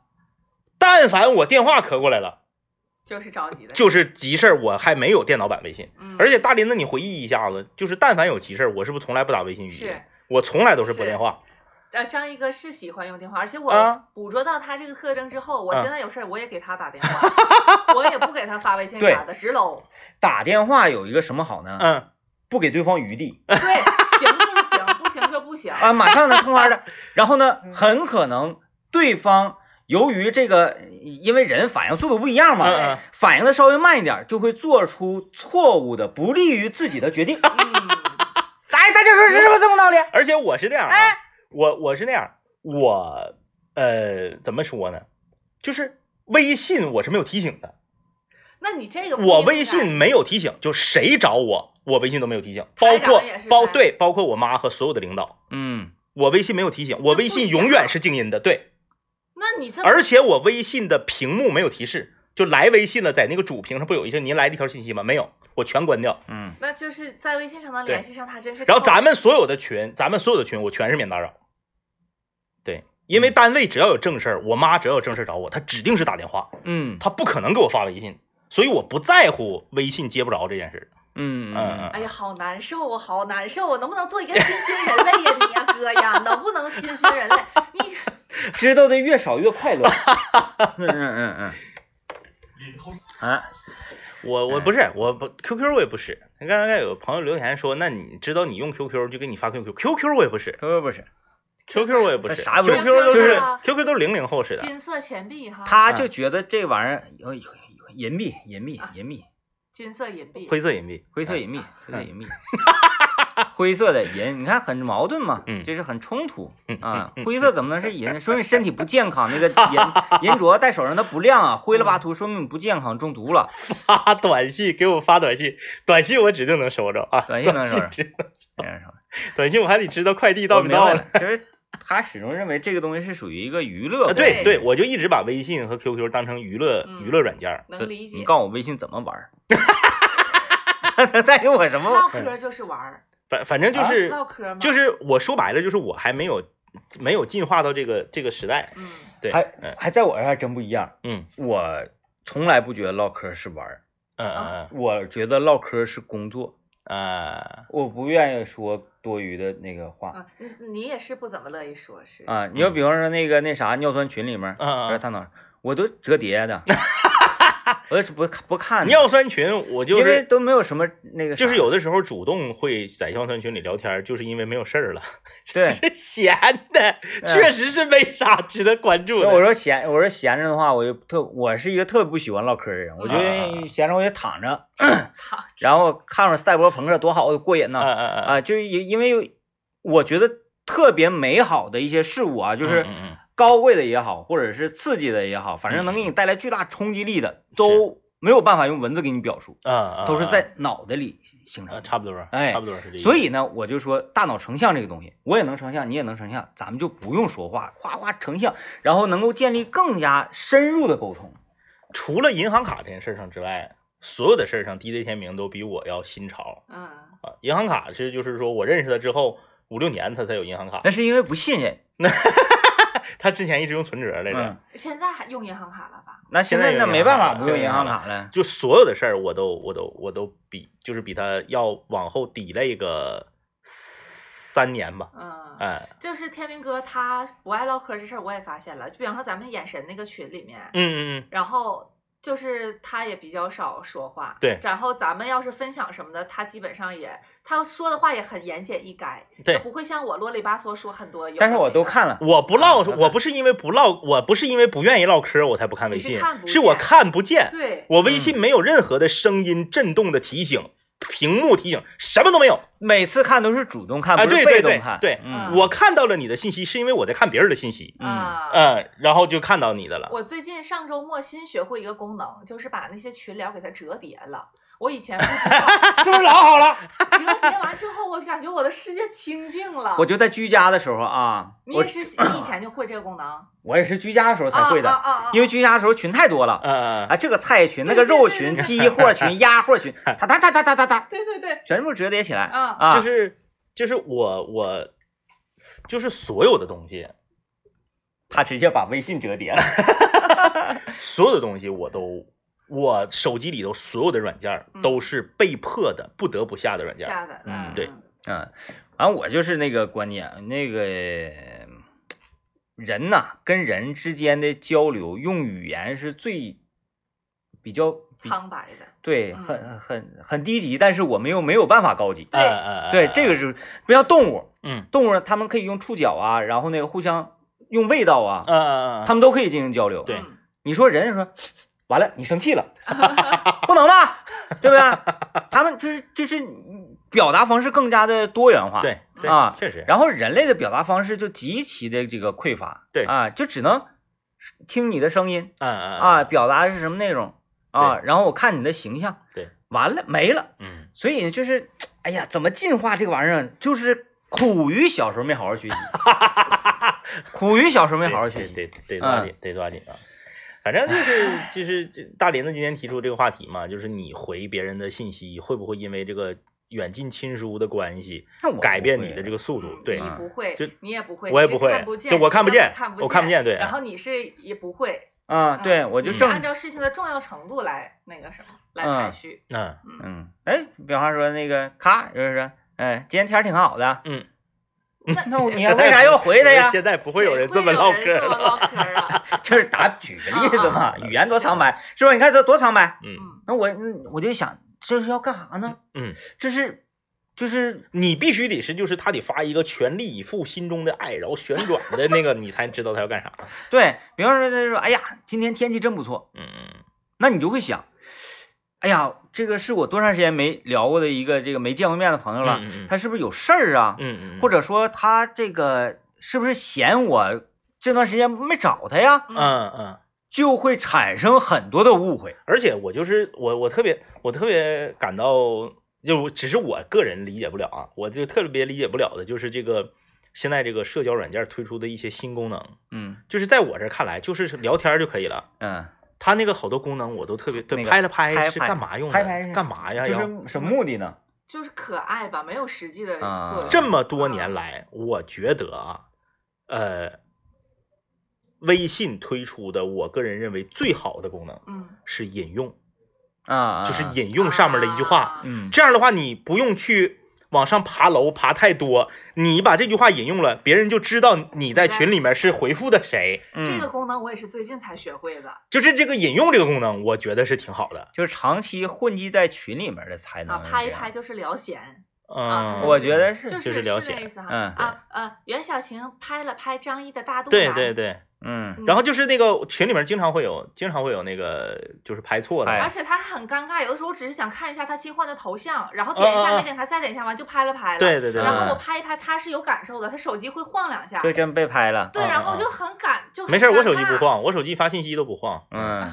B: 但凡我电话磕过来了，
C: 就是着急的，
B: 就是急事儿，我还没有电脑版微信。
C: 嗯，
B: 而且大林子，你回忆一下子，就是但凡有急事儿，我是不是从来不打微信语音
C: 是？
B: 我从来都是拨电话。嗯
C: 呃，张一哥是喜欢用电话，而且我
B: 啊
C: 捕捉到他这个特征之后，我
B: 啊
C: 现在有事儿我也给他打电话， 我也不给他发微信
A: 对
C: 啥的，直搂。
A: 打电话有一个什么好呢？
B: 嗯，
A: 不给对方余地
C: 对，行就是行，不行就不行。
A: 啊，马上呢通话 的，然后呢，很可能对方由于这个，因为人反应速度不一样
B: 嗯
A: 嘛，
B: 嗯
A: 反应的稍微慢一点，就会做出错误的、不利于自己的决定。
C: 嗯，
A: 哎，大家说是不是这么道理？
B: 而且我是那样、啊，
A: 哎
B: 我我是那样，我呃怎么说呢？就是微信我是没有提醒的，
C: 那你这个不啊
B: 我
C: 应该
B: 微信没有提醒，就谁找我，我微信都没有提醒，包
C: 台长
B: 括
C: 也是
B: 包
C: 呗
B: 对，包括我妈和所有的领导，
A: 嗯，
B: 我微信没有提醒，我微信永远是静音的，对，
C: 啊那你这
B: 而且我微信的屏幕没有提示。就来微信了，在那个主屏上不有一个您来了一条信息吗？没有，我全关掉。
A: 嗯，
C: 那就是在微信上能联系上他，真是。
B: 然后咱们所有的群，咱们所有的群，我全是免打扰。对，因为单位只要有正事儿，我妈只要有正事儿找我，她指定是打电话，
A: 嗯，
B: 她不可能给我发微信，所以我不在乎微信接不着这件事。
A: 嗯，
B: 嗯
A: 嗯，
C: 哎呀，好难受啊，好难受啊！能不能做一个新兴人类呀，你呀，哥呀，能不能新兴人类？ 你
A: 知道的越少越快乐。 嗯嗯嗯嗯。
B: 哎
A: 啊。
B: 我我不是，我不 QQ 我也不使。刚才有朋友留言说，那你知道你用 QQ 就给你发 QQ，QQ 我也不使
A: 不是不是，
B: ，QQ 我也不
A: 那
B: 使
A: 啥也不是
B: ，QQ 都
A: 就是是
B: QQ 都是零零后使的。
C: 金色钱币哈，
A: 啊他就觉得这玩意儿有有有银币，银币
C: 啊，
A: 银币，
C: 金色银币，
B: 灰色银 币，
A: 灰色银
B: 啊
A: 币，灰色银币，灰色的银，你看很矛盾嘛，
B: 嗯
A: 这是很冲突
B: 嗯
A: 啊
B: 嗯嗯。
A: 灰色怎么能是银？说明身体不健康， 那个银银镯戴手上它不亮啊，
B: 嗯
A: 灰了吧涂，说明你不健康，中毒了。
B: 发短信给我发短信，短信我指定能收着啊，
A: 短信能收着
B: 短指
A: 这样说
B: 短信我还得知道快递到
A: 我
B: 没
A: 明
B: 到
A: 白
B: 了
A: 了。，就是他始终认为这个东西是属于一个娱乐
B: 啊，
A: 活动。
B: 对
C: 对
B: 对，我就一直把微信和 QQ 当成娱乐、
C: 嗯
B: 娱乐软件儿。
A: 这
C: 能理
A: 你
C: 解。
A: 告诉我微信怎么玩儿？ 带给我哎什
C: 唠
A: 么？
C: 嗑就是玩儿，
B: 反反正就
A: 啊
B: 是、
C: 唠嗑嘛，
B: 就是我说白了就是我还没有没有进化到这个这个时代。
C: 嗯，
B: 对，
A: 还
B: 嗯
A: 还在我这儿还真不一样。
B: 嗯
A: 我从来不觉得唠嗑是玩儿，
B: 嗯嗯
C: 啊
A: 我觉得唠嗑是工作，
B: 呃，
A: 我不愿意说多余的那个话
C: 啊，你你也是不怎么乐意说，是
A: 啊。你要比方说那个那啥尿酸群里面，
B: 嗯嗯
A: 不是他哪，我都折叠 的，我是不不看的，
B: 尿酸群我就
A: 因为
B: 是。
A: 都没有什么那个啥，
B: 就是有的时候主动会在尿酸群里聊天，就是因为没有事儿了，
A: 对。
B: 是闲的，确实是没啥值得关注的。
A: 我说闲，我说闲着的话，我就特，我是一个特别不喜欢唠嗑的人，我觉
B: 啊
A: 得闲着我就躺 着，然后看会儿赛博朋克多好，过瘾
B: 嗯
A: 呐。
B: 嗯嗯嗯，
A: 啊，就是因因为有我觉得特别美好的一些事物啊，就是
B: 嗯嗯
A: 高贵的也好，或者是刺激的也好，反正能给你带来巨大冲击力的，都没有办法用文字给你表述，
B: 嗯嗯，
A: 都是
B: 嗯
A: 在脑袋里形
B: 呃
A: 成的。
B: 差不多，
A: 哎
B: 差不多是这意思。
A: 所以呢，我就说大脑成像这个东西，我也能成像，你也能成像，咱们就不用说话，夸夸成像，然后能够建立更加深入的沟通。
B: 除了银行卡这件事上之外，所有的事儿上，DJ 天明都比我要新潮
C: 嗯，
B: 啊。银行卡
C: 哎
B: 是就是说我认识他之后五六年，他才有银行卡
A: 那。是因为不信任，
B: 他之前一直用存折来着，
A: 嗯，
C: 现在还用银行卡了吧？
A: 那现在
B: 现在
A: 那
B: 有
A: 没
B: 银
A: 办
B: 行卡
A: 法，
B: 了
A: 不用
B: 现在
A: 银
B: 有
A: 行
B: 银行
A: 卡了。
B: 就所有的事儿我都我都我都比就是比他要往后抵赖个三年吧，
A: 啊
C: 嗯，
B: 哎，
C: 就是天明哥他不爱唠嗑这事儿，我也发现了。就比方说咱们眼神那个群里面，
B: 嗯嗯嗯，
C: 然后就是他也比较少说话，
B: 对
C: 然后咱们要是分享什么的，他基本上也他说的话也很言简意赅，
B: 嗯对
C: 不会像我啰里吧嗦说很多有的没的。
A: 但是我都看了，
B: 我不唠，
A: 啊那
B: 我不是因为不唠，我不是因为不愿意唠嗑我才不看微
C: 你
B: 信
C: 是看，不
B: 是我
C: 见
B: 看不见，
C: 对，嗯
B: 我微信没有任何的声音震动的提醒，屏幕提醒什么都没有，
A: 每次看都是主动看，
B: 啊
A: 不是
B: 对
A: 被
B: 对
A: 动
B: 对
A: 看。
B: 对
A: 嗯，
B: 我看到了你的信息是因为我在看别人的信息，
A: 嗯
C: 啊、
B: 嗯，然后就看到你的了，
C: 我最近上周末新学会一个功能，就是把那些群聊给它折叠了。我以前不知
A: 是
C: 道，
A: 不是老好了？
C: 折叠完之后，我就感觉我的世界清静了。
A: 我就在居家的时候啊，
C: 你
A: 我
C: 也是，你以前就会这个功能？
A: 我也是居家的时候才会
C: 啊
A: 的，
C: 啊啊啊、
A: 因为居家的时候群太多了。
B: 嗯嗯
A: 啊，这个菜群、那
C: 对
A: 个
C: 对
A: 肉
C: 对
A: 群、
C: 对
A: 鸡货群、鸭货 群，哒哒哒哒哒哒哒，
C: 对对对，
A: 全部折叠起来
C: 啊
A: 啊！
B: 嗯，就是就是我我就是所有的东西，
A: 他直接把微信折叠了。
B: 所有的东西我都。我手机里头所有的软件儿
C: 嗯
B: 都是被迫的，不得不下的软件儿。
C: 吓的，
A: 嗯
B: 对
A: 嗯，反正我就是那个观念，那个人呐、跟人之间的交流，用语言是最比较比
C: 苍白的，
A: 对，
C: 嗯
A: 很很很低级，但是我们又没有办法高级。
C: 对
B: 嗯嗯嗯，
A: 对，这个是不像动物，
B: 嗯，
A: 动物他们可以用触角啊，然后那个互相用味道啊，
B: 嗯嗯嗯，
A: 他们都可以进行交流。
B: 对
C: 嗯
A: 你说人家说，完了你生气了， 不能吧？对不对？他们就是就是表达方式更加的多元化。。
B: 对对
A: 啊
B: 确实，
A: 然后人类的表达方式就极其的这个匮乏，
B: 对
A: 啊，就只能听你的声音
B: 嗯嗯
A: 啊，，表达是什么内容啊，然后我看你的形象，
B: 对，
A: 完了没了，
B: 嗯
A: 所以就是，哎呀，怎么进化这个玩意儿，就是苦于小时候没好好 学习，苦于小时候没
B: 嗯，
A: 好好学习，嗯
B: 得得得抓紧，得抓紧啊！反正就是 就是这大林子今天提出这个话题嘛，就是你回别人的信息会不会因为这个远近亲疏的关系
A: 那我
B: 改
A: 不
B: 变
A: 会啊嗯
B: 你的这个速度？对
C: 你不会
B: 嗯就，
C: 你也不会，
B: 我也
C: 你
B: 不
C: 是
B: 会
C: 看不见，
B: 对我看不
C: 你是
B: 见
C: 看不
B: 我看不见对啊
C: 然后你是也不会，
A: 啊，
C: 嗯
A: 对我就
B: 嗯
C: 是
A: 剩
C: 按照事情的重要程度来那个什么，来
A: 嗯
C: 排序。
B: 嗯
A: 嗯，哎，比方说那个咔，就是说，哎，今天天儿挺好的，
B: 嗯，
C: 那
A: 那我你
C: 谁
A: 还为啥要回他呀？
B: 现在不会有人
C: 谁
B: 这么
C: 有
B: 唠
C: 人
B: 嗑
C: 这么
B: 了，
C: 唠嗑儿啊？
A: 就是打举个例子
B: 啊
A: 嘛，语言多苍白，是吧？你看这多苍白，
B: 嗯
C: 嗯，
A: 那我嗯我就想这是要干啥呢？
B: 嗯。
A: 这是就是
B: 你必须得是，就是他得发一个全力以赴、心中的爱，然后旋转的那个，你才知道他要干啥。
A: 对，比方说他说，哎呀，今天天气真不错，
B: 嗯嗯
A: 那你就会想，哎呀，这个是我多长时间没聊过的一个这个没见过面的朋友了，
B: 嗯嗯嗯
A: 他是不是有事儿啊？
B: 嗯嗯，
A: 或者说他这个是不是嫌我这段时间没找他呀？
B: 嗯嗯，
A: 就会产生很多的误会。
B: 而且我就是我，我特别我特别感到，就只是我个人理解不了啊，我就特别理解不了的就是这个现在这个社交软件推出的一些新功能，
A: 嗯
B: 就是在我这儿看来，就是聊天儿就可以了。
A: 嗯，
B: 它那个好多功能我都特别对，
A: 那个
B: 拍了拍
A: 拍
B: 是
A: 拍
B: 干嘛用的？
A: 拍拍是
B: 干嘛呀？
A: 这
B: 要
A: 是什么目的呢？
C: 就是可爱吧，没有实际的
A: 啊
C: 作用。
B: 这么多年来，我觉得啊，呃，微信推出的我个人认为最好的功能
C: 嗯，
B: 是引用，
A: 啊，
B: 就是
A: 啊
B: 引用上面的一句话。
C: 啊，
A: 嗯
B: 这样的话，你不用去往上爬楼，爬太多。你把这句话引用了，别人就知道你在群里面是回复的谁。
C: 这个
A: 嗯，
C: 功能我也是最近才学会的
B: 就是这个引用这个功能，我觉得是挺好的。
A: 就是长期混迹在群里面的才
C: 啊，
A: 能
C: 拍一
A: 这样
C: 拍就是聊闲，啊
B: 嗯，
A: 我觉得，
C: 就是
B: 就是
C: 是
B: 聊
C: 那
B: 闲
C: 意思哈。
A: 嗯
C: 啊呃，袁小晴拍了拍张译的大肚
B: 对
C: 腩，
B: 对对。
A: 嗯，
B: 然后就是那个群里面经常会有，经常会有那个就是拍错的。
A: 哎
C: 而且他很尴尬，有的时候我只是想看一下他新换的头像，然后点一下
B: 嗯嗯
C: 没点开，再点一下完就拍了拍了。
B: 对对对，
C: 然后
A: 嗯
C: 我拍一拍，他是有感受的，他手机会晃两下。
A: 就真被拍 了，
C: 对
B: 嗯
C: 然后
B: 嗯
C: 就很感就很
B: 没事儿，我手机
C: 尴
B: 不
C: 尬。
B: 晃，我手机发信息都不晃。
A: 嗯。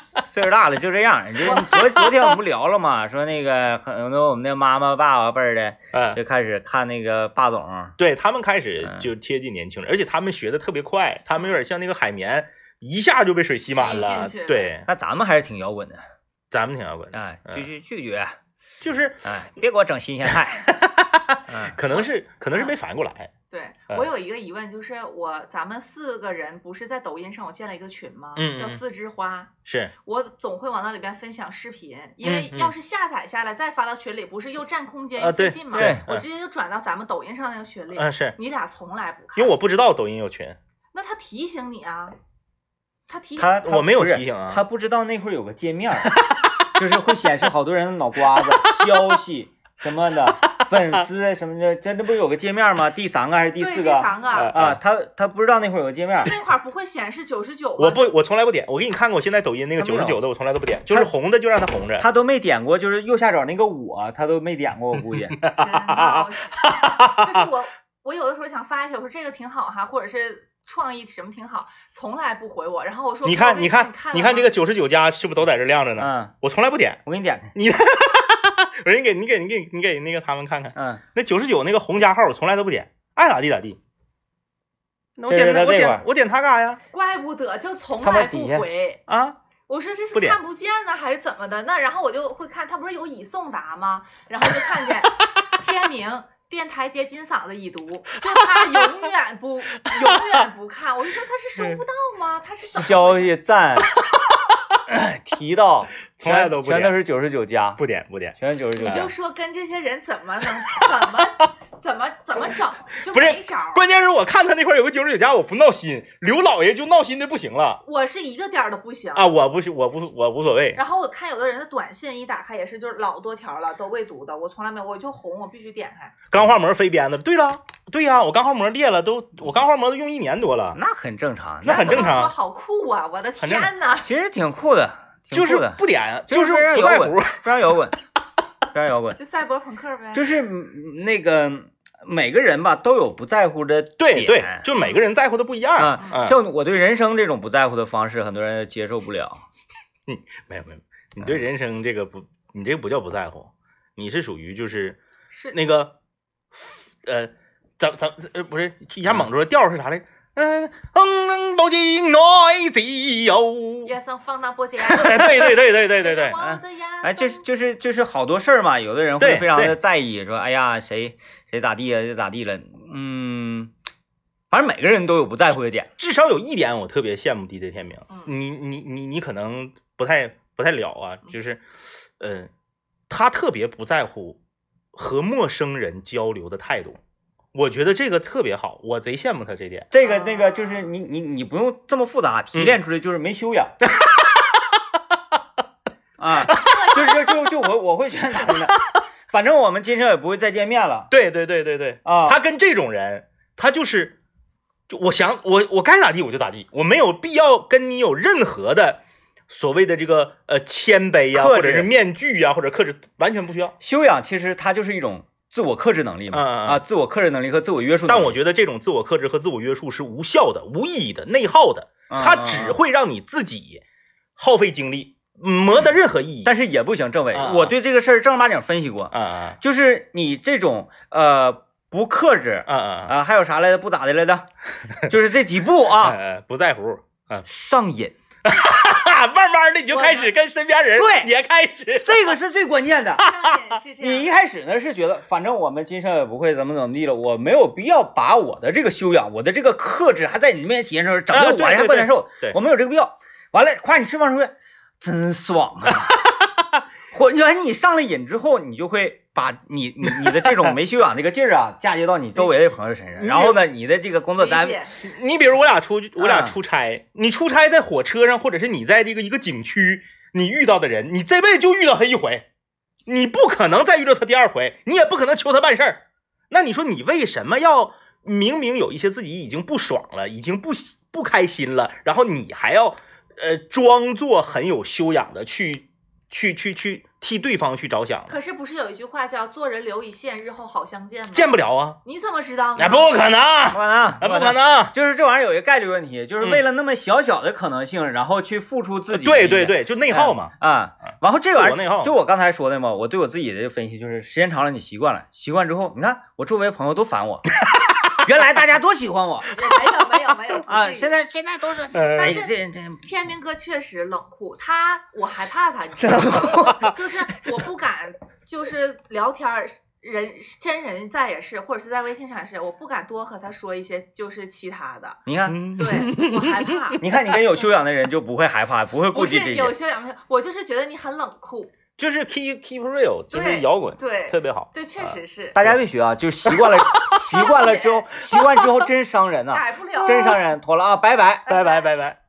A: 岁数大了就这样，就是昨昨天我们不聊了嘛，说那个很多我们的妈妈爸爸辈儿的
B: 嗯，
A: 就开始看那个霸总，
B: 对他们开始
A: 嗯
B: 就贴近年轻人，而且他们学的特别快，他们有点像那个海绵，一下就被水吸满
C: 吸
B: 了。
C: 进去
B: 对，
A: 那咱们还是挺摇滚的，
B: 咱们挺摇滚的，
A: 哎，
B: 嗯
A: 就是拒绝，
B: 就是
A: 哎，别给我整新鲜菜，
B: 嗯，可能是可能是没反应过来，
C: 对
B: 嗯
C: 我有一个疑问，就是我咱们四个人不是在抖音上我建了一个群吗？
B: 嗯嗯
C: 叫
B: 嗯
C: 四枝花，
B: 是
C: 我总会往那里边分享视频，因为
B: 嗯嗯
C: 要是下载下来再发到群里，不是又占空间
B: 啊
C: 又费
B: 对
C: 劲嘛？
A: 对
C: 我
B: 嗯
C: 直接就转到咱们抖音上那个群里。
B: 嗯是，
C: 你俩从来不看，
B: 因为我不知道抖音有群，
C: 那他提醒你啊，他提
A: 他他
B: 我没有
A: 不是
B: 提醒啊
A: 他不知道那会儿有个界面儿， 就是会显示好多人的脑瓜子、消息什么的，粉丝什么的，这这不是有个界面吗？第三个还是第
C: 对
A: 四
C: 第
A: 个？
C: 三个，
B: 呃
A: 啊，他他不知道那会儿有个界面儿，
C: 那块儿不会显示九十九吗？
B: 哎我不我从来不点，我给你看过，我现在抖音那个
A: 他
B: 九
A: 没有
B: 十九的我从来都不点，就是红的就让它红着，
A: 他都没点过，就是右下角那个我，他都没点过，我估 计。
C: 真闹心就是我，我有的时候想发一些，我说这个挺好哈，或者是创意什么挺好，从来不回我。然后我说
B: 你
C: 哥
B: 看
C: 我
B: 你
C: 给看
B: 看你看这
C: 个，
B: 个九十九加是不是都在这亮着呢？
A: 嗯，
B: 我从来不点，
A: 我给你点开。
B: 我说你给你给你给你给那个他们看看，
A: 嗯，
B: 那九十九那个红加号我从来都不点，爱咋地咋地。那我
A: 这是
B: 点
A: 他
B: 我
A: 这块儿
B: 点我点它干啥呀？
C: 怪不得就从
A: 看我
C: 来不
A: 底下
C: 回。
B: 啊，
C: 我说这
B: 不
C: 是
B: 点
C: 看不见呢，还是怎么的？那然后我就会看，他不是有已送达吗？然后就 看见天明。电台接金嗓子已读，就他永远不永远不看，我就说他是收不到吗？他是怎么
A: 消息 赞，提到
B: 从来都不
A: 全全
B: 点
A: 都是九十九加，
B: 不点不点，
A: 全是九十九
C: 你
A: 加
C: 就。说跟这些人怎么能怎么怎么怎么整，就
B: 不是
C: 没招儿。
B: 关键是我看他那块儿有个九十九加，我不闹心，刘老爷就闹心的不行了
C: 我是一个点儿都不行。
B: 啊！我不是我不我无所谓，
C: 然后我看有的人的短信一打开也是就是老多条了，都未读的，我从来没有，我就红，我必须点开。
B: 钢化膜非编的。对了，对呀、我钢化膜裂了，都我钢化膜都用一年多了，
A: 那很正常，
B: 那很正常
C: 然后我说好酷啊！我的
B: 很正常
C: 天呐，
A: 其实挺酷的，挺
B: 就是
A: 酷的
B: 不点，
A: 就
B: 就是
A: 非常
B: 不
A: 摇
B: 在
A: 滚
B: 乎。
A: 非常摇滚，非常摇滚，
C: 就赛博朋克呗。
A: 就是嗯那个每个人吧都有不在乎的
B: 对
A: 点
B: 对，就是每个人在乎的不一样。
A: 啊。
B: 嗯，
A: 像我对人生这种不在乎的方式，很多人接受不了。
B: 没有没有，你对人生这个不，你这个不叫不在乎，你是属于就是
C: 是
B: 那个，呃，咱咱呃不是一下猛住了，调是啥来？嗯，嗯能保证爱自由。
C: 夜生放荡不羁。
B: 哎，对对对 对对对嗯对，
C: 我的呀
A: 哎，就是就是就是好多事儿嘛，有的人会
B: 对
A: 非常的
B: 对
A: 在意，说哎呀谁谁咋地了，谁咋地了，嗯，反正每个人都有不在乎的点。
B: 至少有一点我特别羡慕 DJ 天明
C: 嗯，
B: 你你你你可能不太不太了啊，就是，嗯，他特别不在乎和陌生人交流的态度，我觉得这个特别好，我贼羡慕他这点。
A: 这个那个就是你你你不用这么复杂，提
B: 嗯
A: 炼出来就是没修 养。啊，就是就就就我我会选哪个呢？反正我们今生也不会再见面了
B: 对对对对对，
A: 啊。
B: 他跟这种人，他就是，就我想我我该咋地我就咋地，我没有必要跟你有任何的所谓的这个呃谦卑呀、
A: 克
B: 或者
A: 制
B: 是面具呀、或者克制，完全不需要。
A: 修养其实它就是一种自我克制能力嘛，
B: 嗯嗯嗯
A: 啊，自我克制能力和自我约束能力。
B: 但我觉得这种自我克制和自我约束是无效的、无意义的、内耗的，
A: 嗯
B: 它
A: 嗯
B: 只
A: 嗯
B: 会让你自己耗费精力，没得任何意义。
A: 但是也不行。政委，
B: 嗯嗯
A: 我对这个事儿正儿八经分析过，
B: 啊啊
A: 就是你这种呃不克制
B: 啊啊
A: 啊，还有啥来着？不咋的 来着，就是这几步
B: 啊！
A: 啊，
B: 呃不在乎。啊，
A: 上瘾。
B: 哈，慢慢的你就开始跟身边人
A: 对
B: 也开始，
A: 这个是最关键的。
C: 上瘾是 这
A: 你一
C: 样。
A: 开始呢是觉得，反正我们今生也不会怎么怎么地了，我没有必要把我的这个修养、我的这个克制还在你面前体现出来，整
B: 啊
A: 得
B: 对
A: 我还
B: 对
A: 怪
B: 对
A: 难受，
B: 对
A: 我没有这个必要。完了，夸你释放出来，真爽啊！ 或原来你上了瘾之后，你就会把你你你的这种没修养这个劲儿啊，嫁接到你周围的朋友身上，
B: 你
A: 然后呢，你的这个工作单
C: 理
A: 位，
C: 解
B: 你比如我俩出去，我俩
A: 嗯
B: 出差，你出差在火车上，或者是你在这个一个景区，你遇到的人，你这辈子就遇到他一回，你不可能再遇到他第二回，你也不可能求他办事儿。那你说你为什么要明明有一些自己已经不爽了，已经不喜不开心了，然后你还要呃装作很有修养的去去去去替对方去着想呢？
C: 可是不是有一句话叫“做人留一线，日后好相见”吗？
B: 见不了啊，
C: 你怎么知道呢？
B: 那不可能，啊
A: 不可能，
B: 不可。能。
A: 就是这玩意儿有一个概率问题，就是为了那么小小的可能性，然后去付出自己。
B: 啊对对。对，就内耗嘛。
A: 啊
B: 啊，
A: 然后这玩
B: 自
A: 意
B: 我内
A: 儿，
B: 耗
A: 就我刚才说的嘛，我对我自己的分析就是，时间长了你习惯了，习惯之后，你看我周围朋友都烦我， 原来大家多喜欢我
C: 没有没有 没有
A: 啊，现
C: 在
A: 在现在都是，哎，
B: 呃
C: 但
A: 这
C: 是
A: 这
C: 天明哥确实冷酷， 他我害怕他，你知道吗？就是我不敢，就是聊天儿。人真人在也是，或者是在微信上也是，我不敢多和他说一些就是其他的，
A: 你看，
B: 嗯，
C: 对我害怕。
A: 你看，你跟有修养的人就不会害怕，不会顾
C: 不
A: 忌这
C: 是
A: 些
C: 有。些两面，我就是觉得你很冷酷，
B: 就是 keep keep real，就是
C: 对
B: 摇滚，
C: 对
B: 特别好。
C: 这确实是
A: 大家别学啊，就习惯 了，习惯了之后，习惯之后真伤人啊，
C: 改不了。
A: 真伤人，妥了啊，拜拜。
B: 拜拜拜拜。